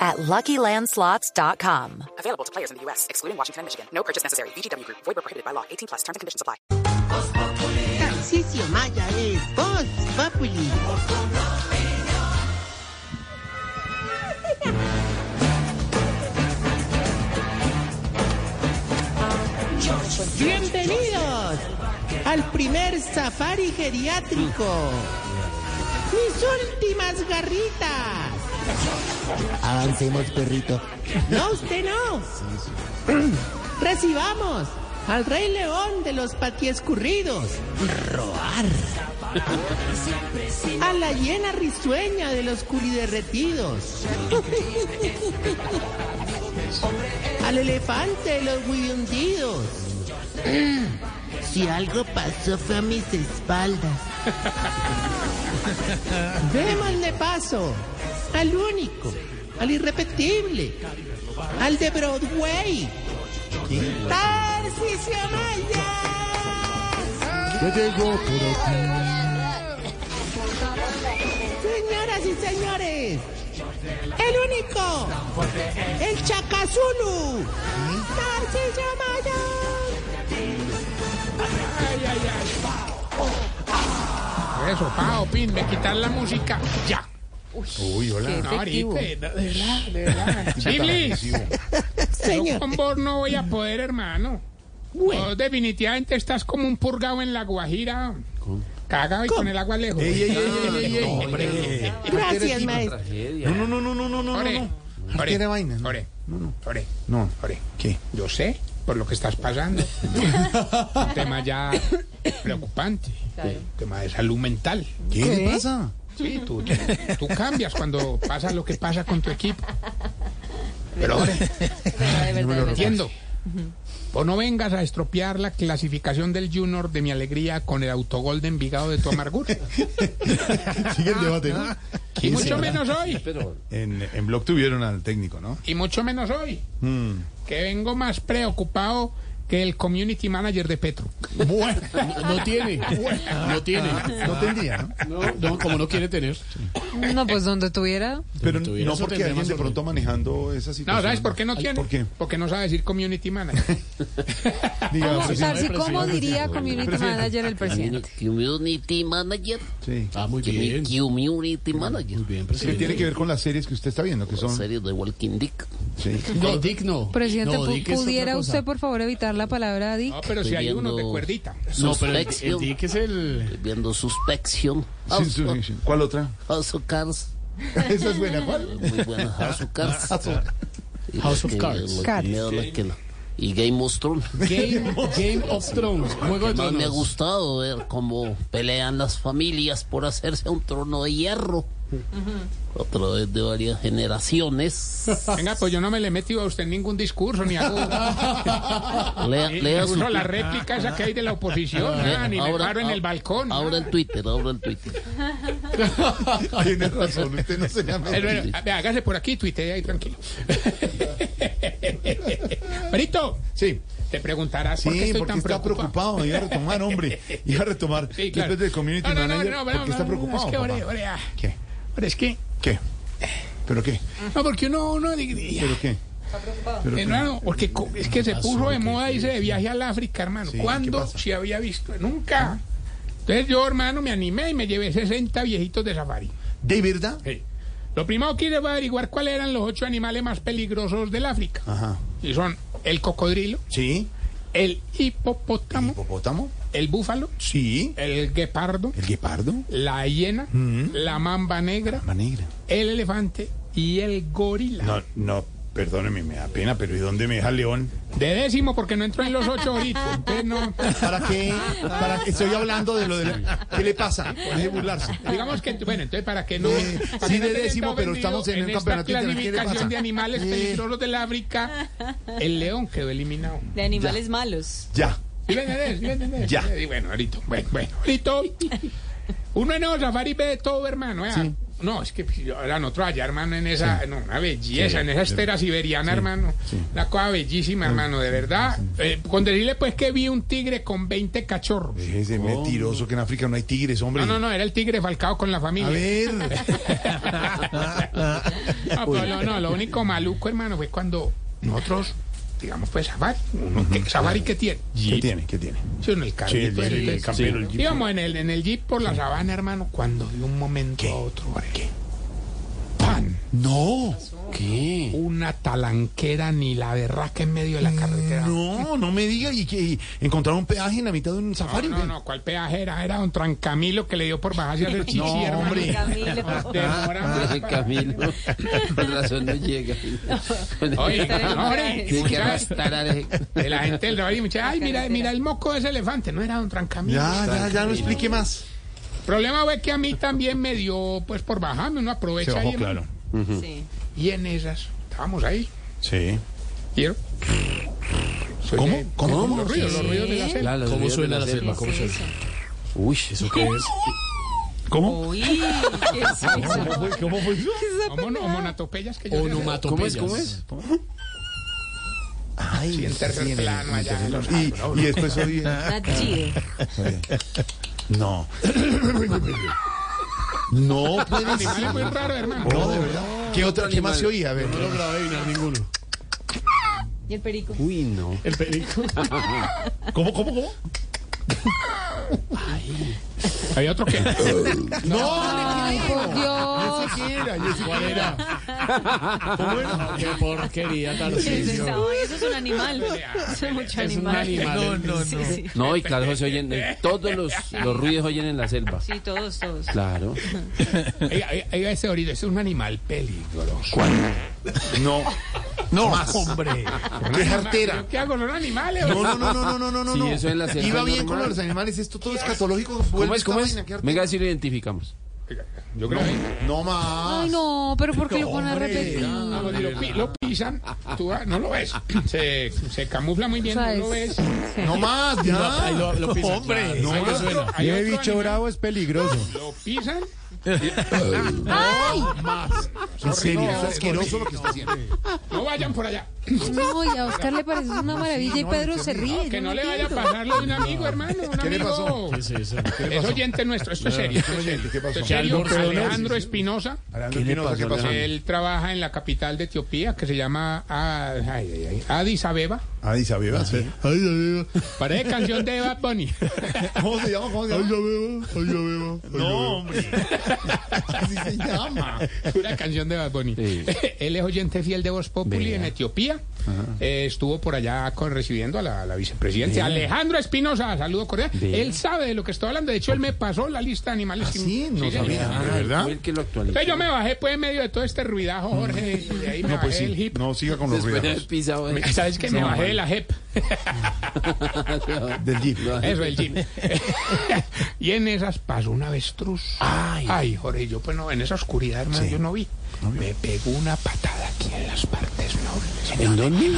at LuckyLandSlots.com. Available to players in the U.S., excluding Washington and Michigan. No purchase necessary. VGW Group. Void where prohibited by law. 18 plus. Terms and conditions apply. Tarcisio Maya es Voz Populi. Bienvenidos al primer safari geriátrico. Mis últimas garritas. Avancemos, perrito. No, usted no. Recibamos al rey león de los patiescurridos. Roar. A la hiena risueña de los culiderretidos. Al elefante de los huididos. Si algo pasó fue a mis espaldas. Vemos de paso al único, al irrepetible, al de Broadway. ¡Tarcisio Maya! Ya llegó por aquí. Señoras y señores, el único, el Chacazulu, Tarcisio Maya. Eso, pa, Opin, me quitan la música ya. Uy, hola. No, ahorita, de verdad, de verdad. Chiblis, yo Señor, con vos no voy a poder, hermano. Vos definitivamente estás como un purgado en la Guajira. Cagado y con el agua lejos. gracias, maestro. No, no, no, no, no, no, Ore, ore, tiene vaina, no. Ore, ore, no. ore. ¿Qué? Yo sé por lo que estás pasando. un tema ya preocupante. Un tema de salud mental. ¿Qué le pasa? Sí, tú, tú, tú cambias cuando pasa lo que pasa con tu equipo. Pero ahora, Ah, entiendo. O no vengas a estropear la clasificación del Junior de mi alegría con el autogol de Envigado de tu amargura. Sigue Ah, el debate, ¿no? Y mucho menos hoy. En, en blog tuvieron al técnico, ¿no? Y mucho menos hoy. Mm. Que vengo más preocupado que el community manager de Petro. Bueno, no tiene, no tiene. No tendría, ¿no? No, no, como no quiere tener. No, pues donde tuviera. Pero tuviera no eso porque tendría alguien más de pronto manejando esa No, situación. ¿sabes por qué no tiene? ¿Por qué? Porque no sabe decir community manager. Diga, ¿Cómo, presidente. Tarsi, ¿cómo diría community Presidente. manager el presidente? Community manager. Sí. Ah, muy bien. Community manager. Muy bien, ¿Qué tiene presidente. que ver con las series que usted está viendo? Que son... Serie de Walking Dick. Sí. No, Dick no. Presidente, no, pu- Dick es otra ¿pudiera cosa. usted, por favor, evitar la palabra Dick? No, pero si hay uno de Viendo- cuerdita. No, pero el, el Suspension. Dick es el... Viendo Suspection. Sin subjection. ¿Cuál otra? House of Cards. Esa es buena. ¿Cuál? Muy buena House of Cards. Y la House of que- Cards. la que Cards. me- la que- Y Game of Thrones. Game, Game of Thrones, Juego de Más me ha Tronos. gustado ver cómo pelean las familias por hacerse un trono de hierro. A través de varias generaciones. Venga, pues yo no me le he metido a usted en ningún discurso ni hago. Lea, Sí, lea uso su- la réplica esa que hay de la oposición, ah, ni me paro en el ah, balcón. Ahora en Twitter, ahora en Twitter. Tiene razón, usted no se llama. Pero, pero, a ver, hágase por aquí, tuite ahí tranquilo. Perito, Sí. te preguntarás por qué Sí, estoy porque tan está preocupado. preocupado. Iba a retomar, hombre. Iba a retomar. Sí, claro. Después del community No, no, no, manager. no, no, porque no, está no, preocupado. Es que, ore, papá? ore, ah. ¿Qué? Pero es que, ¿Qué? ¿Pero qué? no, porque uno, uno, diría, ¿Pero qué? ¿Pero qué? hermano, porque co- es que se puso de moda irse de viaje al África, hermano. Sí, ¿qué ¿Cuándo pasa? ¿Ah? se había visto? Nunca. Entonces yo, hermano, me animé y me llevé 60 viejitos de safari. ¿De verdad? Sí. Lo primero que hice fue averiguar cuáles eran los ocho animales más peligrosos del África. Ajá. Y son el cocodrilo, ¿Sí? el hipopótamo, ¿Hipopótamo? el búfalo, Sí. el guepardo, ¿El guepardo? la hiena, Mm. la mamba negra, La negra. el elefante y el gorila. No, no, perdóneme, me da pena, pero ¿y dónde me deja León? De décimo porque no entró en los ocho ahorita. Entonces no. ¿Para qué? ¿Para qué? Estoy hablando de lo de... la- ¿Qué le pasa? Deje de burlarse. Digamos que, bueno, entonces para que no. Eh, para sí, que no de te décimo, sientas pero ofendido, estamos en un esta campeonato internacional, ¿qué le clasificación pasa? de animales Eh. peligrosos del África, el león quedó eliminado. De animales malos. Ya. ¿Sí me entendés? ¿Sí me entendés? Ya. Y bueno, ahorita. Bueno, bueno, ahorita. Uno en el safari ve de todo, hermano. vea. No, es que pues, yo- ahora nosotros allá, hermano, en esa, no, una belleza, en esa estera siberiana, hermano. Una cosa bellísima, hermano, de verdad. Eh, con decirle, pues, que vi un tigre con 20 cachorros. Ese mentiroso que en África no hay tigres, hombre. No, no, no, era el tigre falcado con la familia. A ver. No, pero lo- Ah, pues, no, lo único maluco, hermano, fue cuando nosotros, digamos, pues Safari, uno, ¿qué Safari que tiene? ¿Qué tiene? ¿Qué tiene? Sí, en el carrito, Sí, en el- el- el campero, el jeep. Íbamos en el, en el jeep por la sabana, hermano, cuando de un momento a otro, eh, ¿qué? ¡Pan! No. ¿Qué? Una talanquera ni la berraca en medio de la carretera. No, no me diga. ¿Y, que encontraron un peaje en la mitad de un No, safari? no, no, ¿cuál peaje era? Era un trancamilo que le dio por bajarse del chichi, No, hermano. hombre. Ah, Demora más Ay, para- Camilo, con razón no llega. Oye, Está bien, no, hombre, y Tiene que muchas- arrastrar a de la gente del radio, muchas, ay, mira, mira el moco de ese elefante, no era un trancamilo. Ya, ya, ya no explique más. problema fue que a mí también me dio, pues por bajarme, uno aprovecha Se bajó, ahí, claro. hermano. Y en esas, estábamos ahí, Sí. ¿vieron? Se ¿Cómo? oye- ¿Cómo? Los ¿Cómo? ruidos, los ruidos de la selva. Claro, los ¿Cómo ruidos de suena la selva? ¿Cómo suena? Uy, ¿eso qué es? ¿Cómo? Uy, ¿qué es eso? ¿Cómo fue? ¿Cómo fue? Homo- homonatopeyas que yo sé hacer. Onomatopeyas. ¿Cómo es? Ay, Sí, en tercer sí, en el- plano allá en los Ah, Y, árboles. y después oí- Nadie. No. No puede ser. Animales muy raros, hermano. No, de verdad. ¿Qué otra qué más se oía? A ver. No lograba adivinar ninguno. ¿Y el perico? Uy, no. El perico. ¿Cómo, cómo, cómo? Oh. Hay otro que. No, Ay, por Dios. siquiera. ¿Cuál era? ¿Cómo era? Qué porquería, ¿Qué es Tarcisio. eso? Eso es un animal. Eso es mucho Es un animal. animal. No, no, Sí, no. sí. No, y claro, se oyen, eh, todos los, los ruidos oyen en la selva. Sí, todos, todos. Claro. Oiga, oiga, oiga ese oído, ese es un animal peligroso. No. No, más. hombre. Qué jartera. ¿Yo ¿Qué hago con los animales? No, no, no, no, no, no, no. Sí, no. eso en la selva Iba es bien normal. con los animales. Esto todo es catológico. ¿Cómo es? ¿Cómo es? Venga, si lo identificamos. Yo creo que. No más. Ay, no, pero ¿por qué lo ponen a Hombre, repetir? Ah, bueno, lo, pi- lo pisan, tú ah, no lo ves. Se, se camufla muy bien, no ¿Sabes? lo ves. No más, ya. ahí lo- lo pisan, hombre. claro. No, Hay Ahí otro- suena. hay Ese otro animal, es peligroso. Lo pisan. En serio, No, es asqueroso lo que está haciendo. No vayan por allá. No, y a Oscar le parece una maravilla y Pedro se ríe. Que yo no le vaya a entiendo. pasar lo de un amigo, hermano. Un Ah. ¿Qué le amigo. pasó? Sí, sí, sí. Es oyente nuestro, esto es serio. esto es serio. ¿Qué pasó? En serio, Albornoz. Alejandro Espinosa, Alejandro Espinosa, ¿Qué pasó? él trabaja en la capital de Etiopía, que se llama ah, ay, ay, ay, Addis Abeba. Addis Abeba, Ah, sí. Addis Abeba. Parece canción de Bad Bunny. ¿Cómo se llama? ¿Cómo se llama? Addis Abeba. Addis Abeba. No, hombre. Así se llama. Una canción de Bad Bunny. Sí. Él es oyente fiel de Voz Populi en Etiopía. Eh, estuvo por allá con- recibiendo a la, la vicepresidencia. Alejandro Espinosa, saludo cordial. Él sabe de lo que estoy hablando. De hecho, él me pasó la lista de animales. que- Ah, Sí, no señor. sabía. Ah, ¿Verdad? Fue el que lo actualizó. Entonces yo me bajé pues en medio de todo este ruidajo, Jorge. Y de ahí me No, pues bajé el sí. hip. No, siga con los Después de ruidos. haber pisado el- ¿Sabes qué? Me bajé de la JEP. Del jeep. Eso, el jeep. y en esas pasó un avestruz. Ay, Jorge, yo pues no, en esa oscuridad, hermano, yo no vi. Me pegó una patada aquí en las partes nobles. ¿En dónde?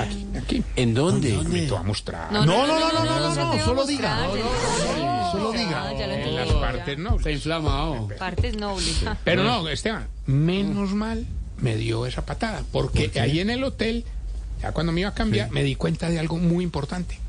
Aquí, aquí. ¿En dónde? Me te voy a mostrar. No, no, no, no, no, no, no, ya te voy a solo diga. mostrar, ya te No, voy a mostrar. solo diga. Ah, ya lo En entendí, las ya. partes Está nobles. inflamado. Partes nobles. ja. Pero no, Esteban, menos mal me dio esa patada. Porque ahí en el hotel, ya cuando me iba a cambiar, me di cuenta de algo muy importante.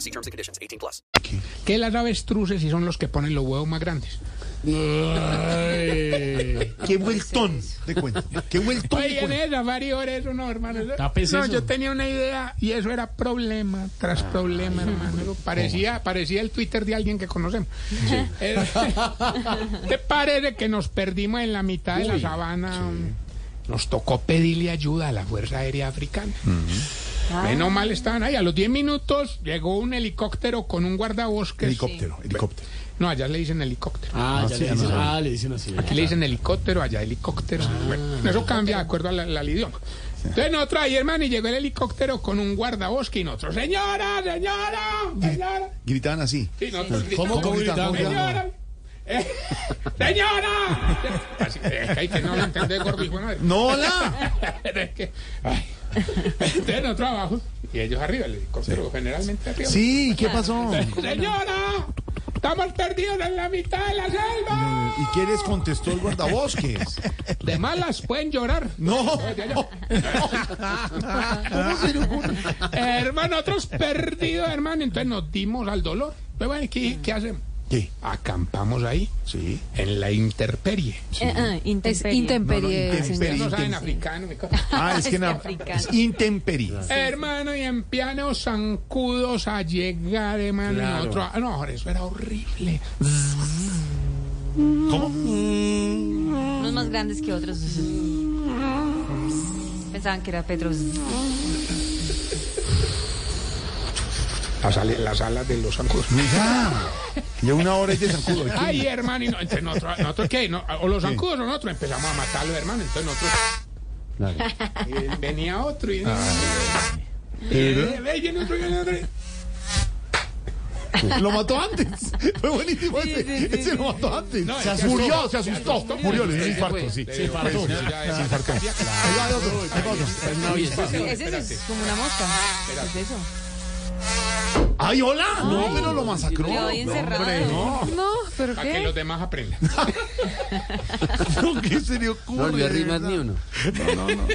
See terms and conditions. 18 plus. Que las avestruces sí son los que ponen los huevos más grandes. Qué vueltón. Te cuento. Qué vueltón. Oye, te en cuento. esa varios no, hermano. Eso- Tapes no, eso. Ah, yo tenía una idea y eso era problema tras problema, hermano. Eso Parecía, parecía el Twitter de alguien que conocemos. Eh, ¿Te parece que nos perdimos en la mitad de la sabana? Nos tocó pedirle ayuda a la Fuerza Aérea Africana. Ah. Menos mal estaban ahí. A los 10 minutos llegó un helicóptero con un guardabosques. Helicóptero, helicóptero. No, allá le dicen helicóptero. Ah, ya sí, le dicen, no. ah, le dicen así. Aquí le dicen helicóptero, allá helicóptero. Bueno, eso cambia de acuerdo al, al idioma. Entonces nosotros ayer, hermano, y llegó el helicóptero con un guardabosque y nosotros, señora, señora, señora. Gritaban así. Sí, nosotros ¿Cómo, gritamos, cómo gritaban? gritaban? Señora. eh, señora. Así, eh, que hay que no lo entendés, gordo hijo de madre. ¡No, hola! Es que, ay. Entonces nosotros abajo y ellos arriba, el helicóptero generalmente arriba. Sí, ¿qué pasó? Señora, estamos perdidos en la mitad de la selva. ¿Y quién les contestó el guardabosques? De malas pueden llorar. ¡No! Ah. Eh, hermano, otros perdidos, hermano. Entonces nos dimos al dolor. Pero bueno, ¿qué, qué hacemos? ¿Qué? Acampamos ahí, Sí. en la interperie. Eh, eh, ah, intemperie. Es intemperie, No, no, señor. Ustedes no saben Intemperie. africano, mi cosa. Ah, es que nada. africano. Es intemperie. Hermano, y en pianos zancudos a llegar, hermano. y Claro. nosotros- ah, no, eso era horrible. Unos más grandes que otros. Pensaban que era Pedro. Las, ale- las alas de los zancudos. Mira, ya una hora y de zancudo. Ay, hermano, y no- entonces nosotros, nosotros qué, No, o los zancudos o nosotros empezamos a matarlos, hermano. Entonces nosotros. Y venía otro y. Ah. Eh, ve, viene otro, viene otro. Pues Lo mató antes. Fue buenísimo ese. Ese lo mató antes. No, se se asustó. Murió, se asustó. Murió, le dio un infarto, sí. Se infartó. Se infartó. Ahí va de otro, ahí va otro. Pues Ese es como una mosca. ¿Qué es eso? ¡Ay, hola! No, pero lo masacró. Le doy No, encerrado. hombre, no. No, pero Para que qué. los demás aprendan. No, ¿qué se le ocurre? No pues, le arrimas de ni uno. verdad? No, no, no.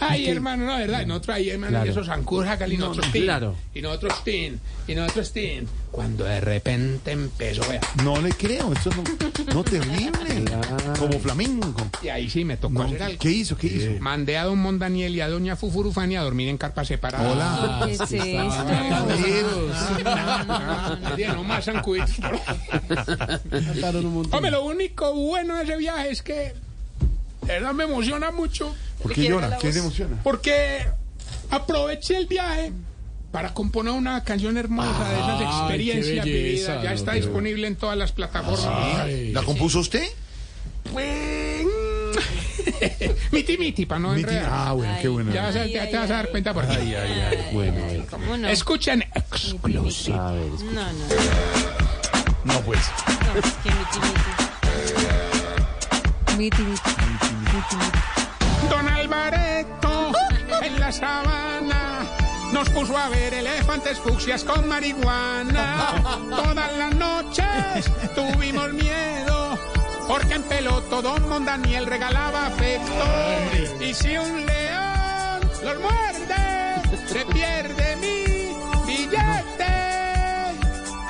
Ay, hermano, no, verdad. Nosotros ahí, hermano, y esos zancudos acá, y nosotros tin. claro. Y nosotros tin. Y nosotros tin. Cuando de repente empezó, vea. No le creo. Eso no, no terrible. Como flamenco. Y ahí sí me tocó No, hacer algo. ¿Qué hizo? ¿Qué hizo? Mandé a don Mondaniel y a doña Fufurufani a dormir en carpas separadas. Ah, Hola. ¿Qué es esto? Bien, no más zancuditos. Mataron un montón. Hombre, lo único bueno de ese viaje es que de verdad me emociona mucho ¿Por qué llora? ¿Qué le emociona? porque aproveché el viaje para componer una canción hermosa de esas Ay, experiencias qué vividas. belleza, Ya no, está qué disponible en todas las plataformas. Ay, ¿La compuso usted? Pues, mm, miti miti, para no Mi tía- enredar. Ah, bueno, qué bueno. Ya vas a- Ay, ya ay, te vas a dar ay. cuenta por ahí. Bueno, ¿Cómo no? Escuchen exclusiva. a ver. No, no, no. No, pues. es que miti, miti. Miti, miti. Don Alvareto en la sabana nos puso a ver elefantes fucsias con marihuana. Todas las noches tuvimos miedo. Porque en peloto Don Mondaniel regalaba afecto. Y si un león los muerde, se pierde mi billete.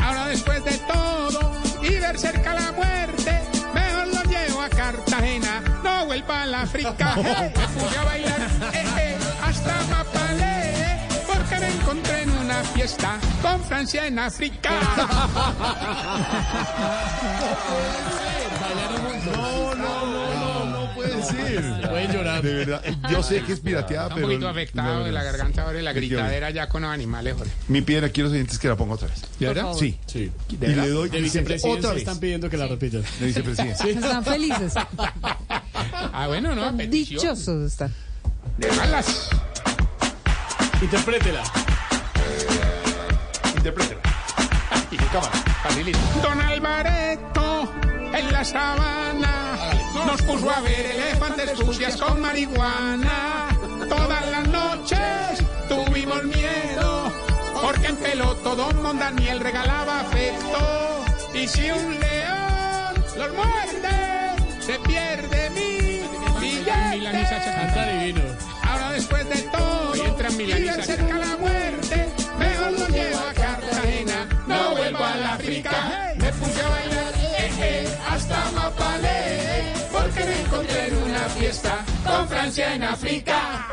Ahora después de todo y ver cerca la muerte, mejor lo llevo a Cartagena, no vuelva al África. Hey, me puse a bailar eh, eh, hasta Mapalé, porque me encontré en una fiesta con Francia en África. No, no, no, no, no puede ser. Pueden llorar. De verdad, yo sé que es pirateada, Está pero. verdad. garganta ahora y la gritadera ya con los animales. Mi piedra, quiero los oyentes que la ponga otra vez. ¿De verdad? Sí. Sí. Y le doy De siempre- vicepresidencia otra vez. están pidiendo que la repitas. De vicepresidencia. Están felices. Ah, bueno, no, Dichosos están. De malas. Interprétela. Interprétela. Y cámara, facilito. Don Alvareto en la sabana nos puso a ver elefantes sucias con marihuana. Todas las noches tuvimos miedo porque en peloto Don Mondaniel regalaba afecto. Y si un león los muerde, se pierde mi billete. Canta divino. Ahora después de todo, y ver cerca la muerte, mejor lo llevo a Cartagena, no vuelvo a la África. Me puse a bailar eh, eh, hasta Mapalé, porque me encontré en una fiesta con Francia en África.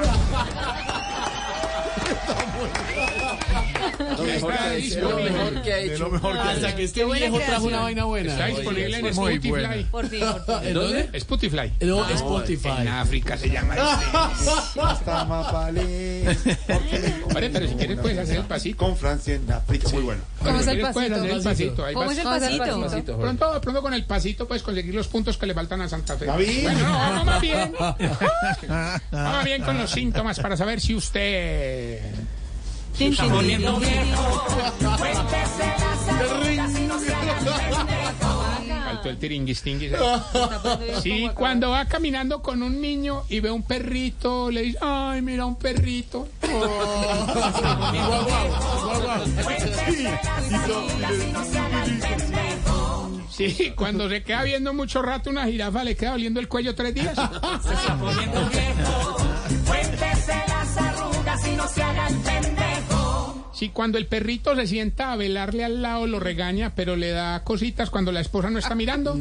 mejor está que- de lo disponible. mejor que ha De lo hecho. mejor que ha Hasta hecho. que Qué este buena viejo trajo creación. una vaina buena. Está disponible en Muy Spotify. buena. Por fin, por fin. ¿En dónde? Spotify. No, Spotify. En África se llama. Hasta Mapalé. Vale, pero si quieres puedes hacer el pasito. Con Francia en África. Muy bueno. Bueno, es si el quieres, puedes pasito? hacer el pasito. Ahí ¿Cómo vas. es el Vamos al pasito? pasito. Pronto, pronto con el pasito puedes conseguir los puntos que le faltan a Santa Fe. David. Bueno, no, vamos más bien. Vamos bien con los síntomas para saber si usted. Tin, tin, tin. Faltó el tiringuistinguis. Está poniendo bien Sí, como acá. cuando va caminando con un niño y ve un perrito, le dice, ay, mira un perrito. Sí, cuando se queda viendo mucho rato una jirafa, le queda oliendo el cuello tres días. Sí, cuando el perrito se sienta a velarle al lado, lo regaña, pero le da cositas cuando la esposa no está mirando.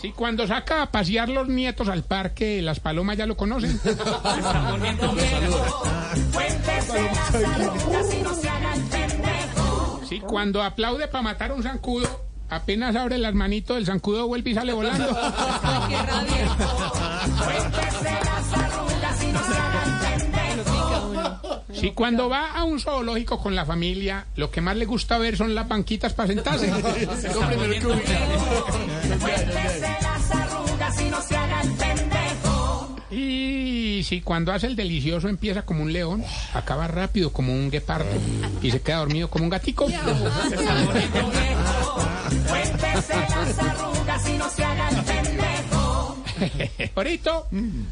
Sí, cuando saca a pasear los nietos al parque, las palomas ya lo conocen. Sí, cuando aplaude para matar un zancudo, apenas abre las manitos, el zancudo vuelve y sale volando. Qué rabia. Sí, cuando va a un zoológico con la familia, lo que más le gusta ver son las banquitas para sentarse. Lo primero que ubica. Y sí, cuando hace el delicioso empieza como un león, acaba rápido como un guepardo y se queda dormido como un gatico. Ahorita,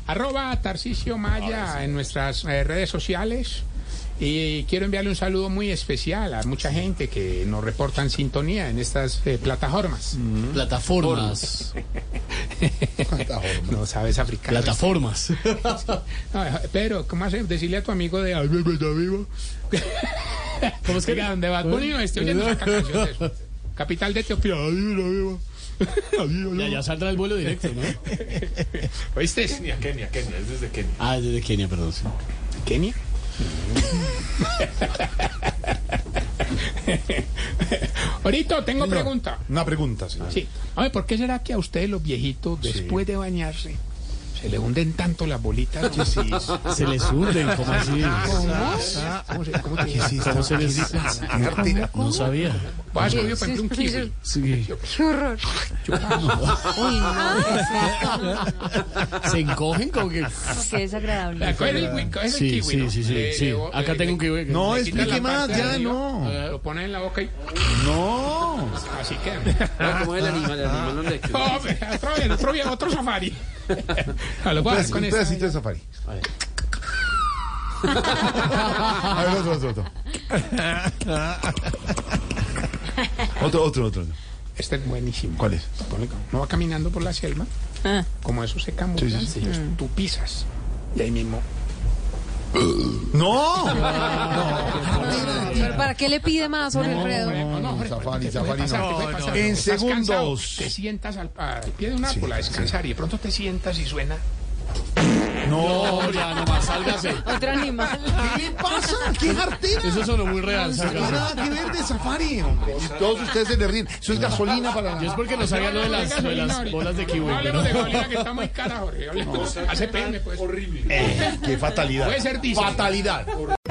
arroba Tarcisio Maya en nuestras eh, redes sociales. Y quiero enviarle un saludo muy especial a mucha gente que nos reportan sintonía en estas eh, plataformas. Plataformas. No sabes africano. Plataformas. No, Ah, pero, ¿cómo hace? Decirle a tu amigo de... "Ay, me está vivo". ¿Cómo es Mira, donde Bad Bunny no esté oyendo esa canción de eso. Capital de Etiopía. Ay, mira, viva. Ay, mira, Ya, ya viva. saldrá el vuelo directo, ¿no? ¿Oíste? Kenia, Kenia, es desde Kenia. Ah, es desde Kenia, perdón. sí. ¿Kenia? Ahorita tengo pregunta. Una pregunta, señor. Sí. A ver, ¿por qué será que a ustedes los viejitos, después de bañarse, se le hunden tanto las bolitas? Se les hunden, ¿cómo así? ¿Cómo se- cómo te ¿Qué hiciste? ¿Cómo se les Artira. No sabía. Voy a subir, por ejemplo, un kiwi. Sí. Qué horror. Uy, no. Se encogen como que. Qué desagradable. Ah, coge el kiwi, coge el Sí, kiwi, sí, ¿no? sí, sí, Le- sí. le- Acá le- tengo un kiwi. No, le quita la explique más, parte de ya arriba, no. Lo ponen en la boca y No. así queda. ¿Cómo es el animal? El animal no le No, hombre, otra vez, otro, viejo, otro safari. A lo Un voy a hacer pedacito, con un esta. pedacito de safari. A ver, otro, otro, otro. Otro, otro, otro. Este es buenísimo. ¿Cuál es? No va caminando por la selva, Ah. como eso se camufla, Sí, sí, tú pisas. Y ahí mismo. ¡No! Pero ¿Para qué le pide más, Jorge Alfredo? No, no, hombre, Safari, porque te Safari puede pasar, no. te puede pasar. no, no. En Estás segundos. cansado, te sientas al, al pie de un árbol a descansar y de pronto te sientas y suena. No, ya, nomás, sálgase. Otro animal. ¿Qué pasa? ¿Qué jartera? Eso sonó muy real, sálgase. Nada que ver de safari, hombre. Y todos ustedes se le ríen. Eso es gasolina para Yo es la... porque no sabía lo de las, lo de las bolas de kiwi, No hablemos pero. de golina que está muy cara, Jorge. Hablemos de ACPM, pues. Eh, ¡Qué fatalidad! Puede ser diésel. Fatalidad.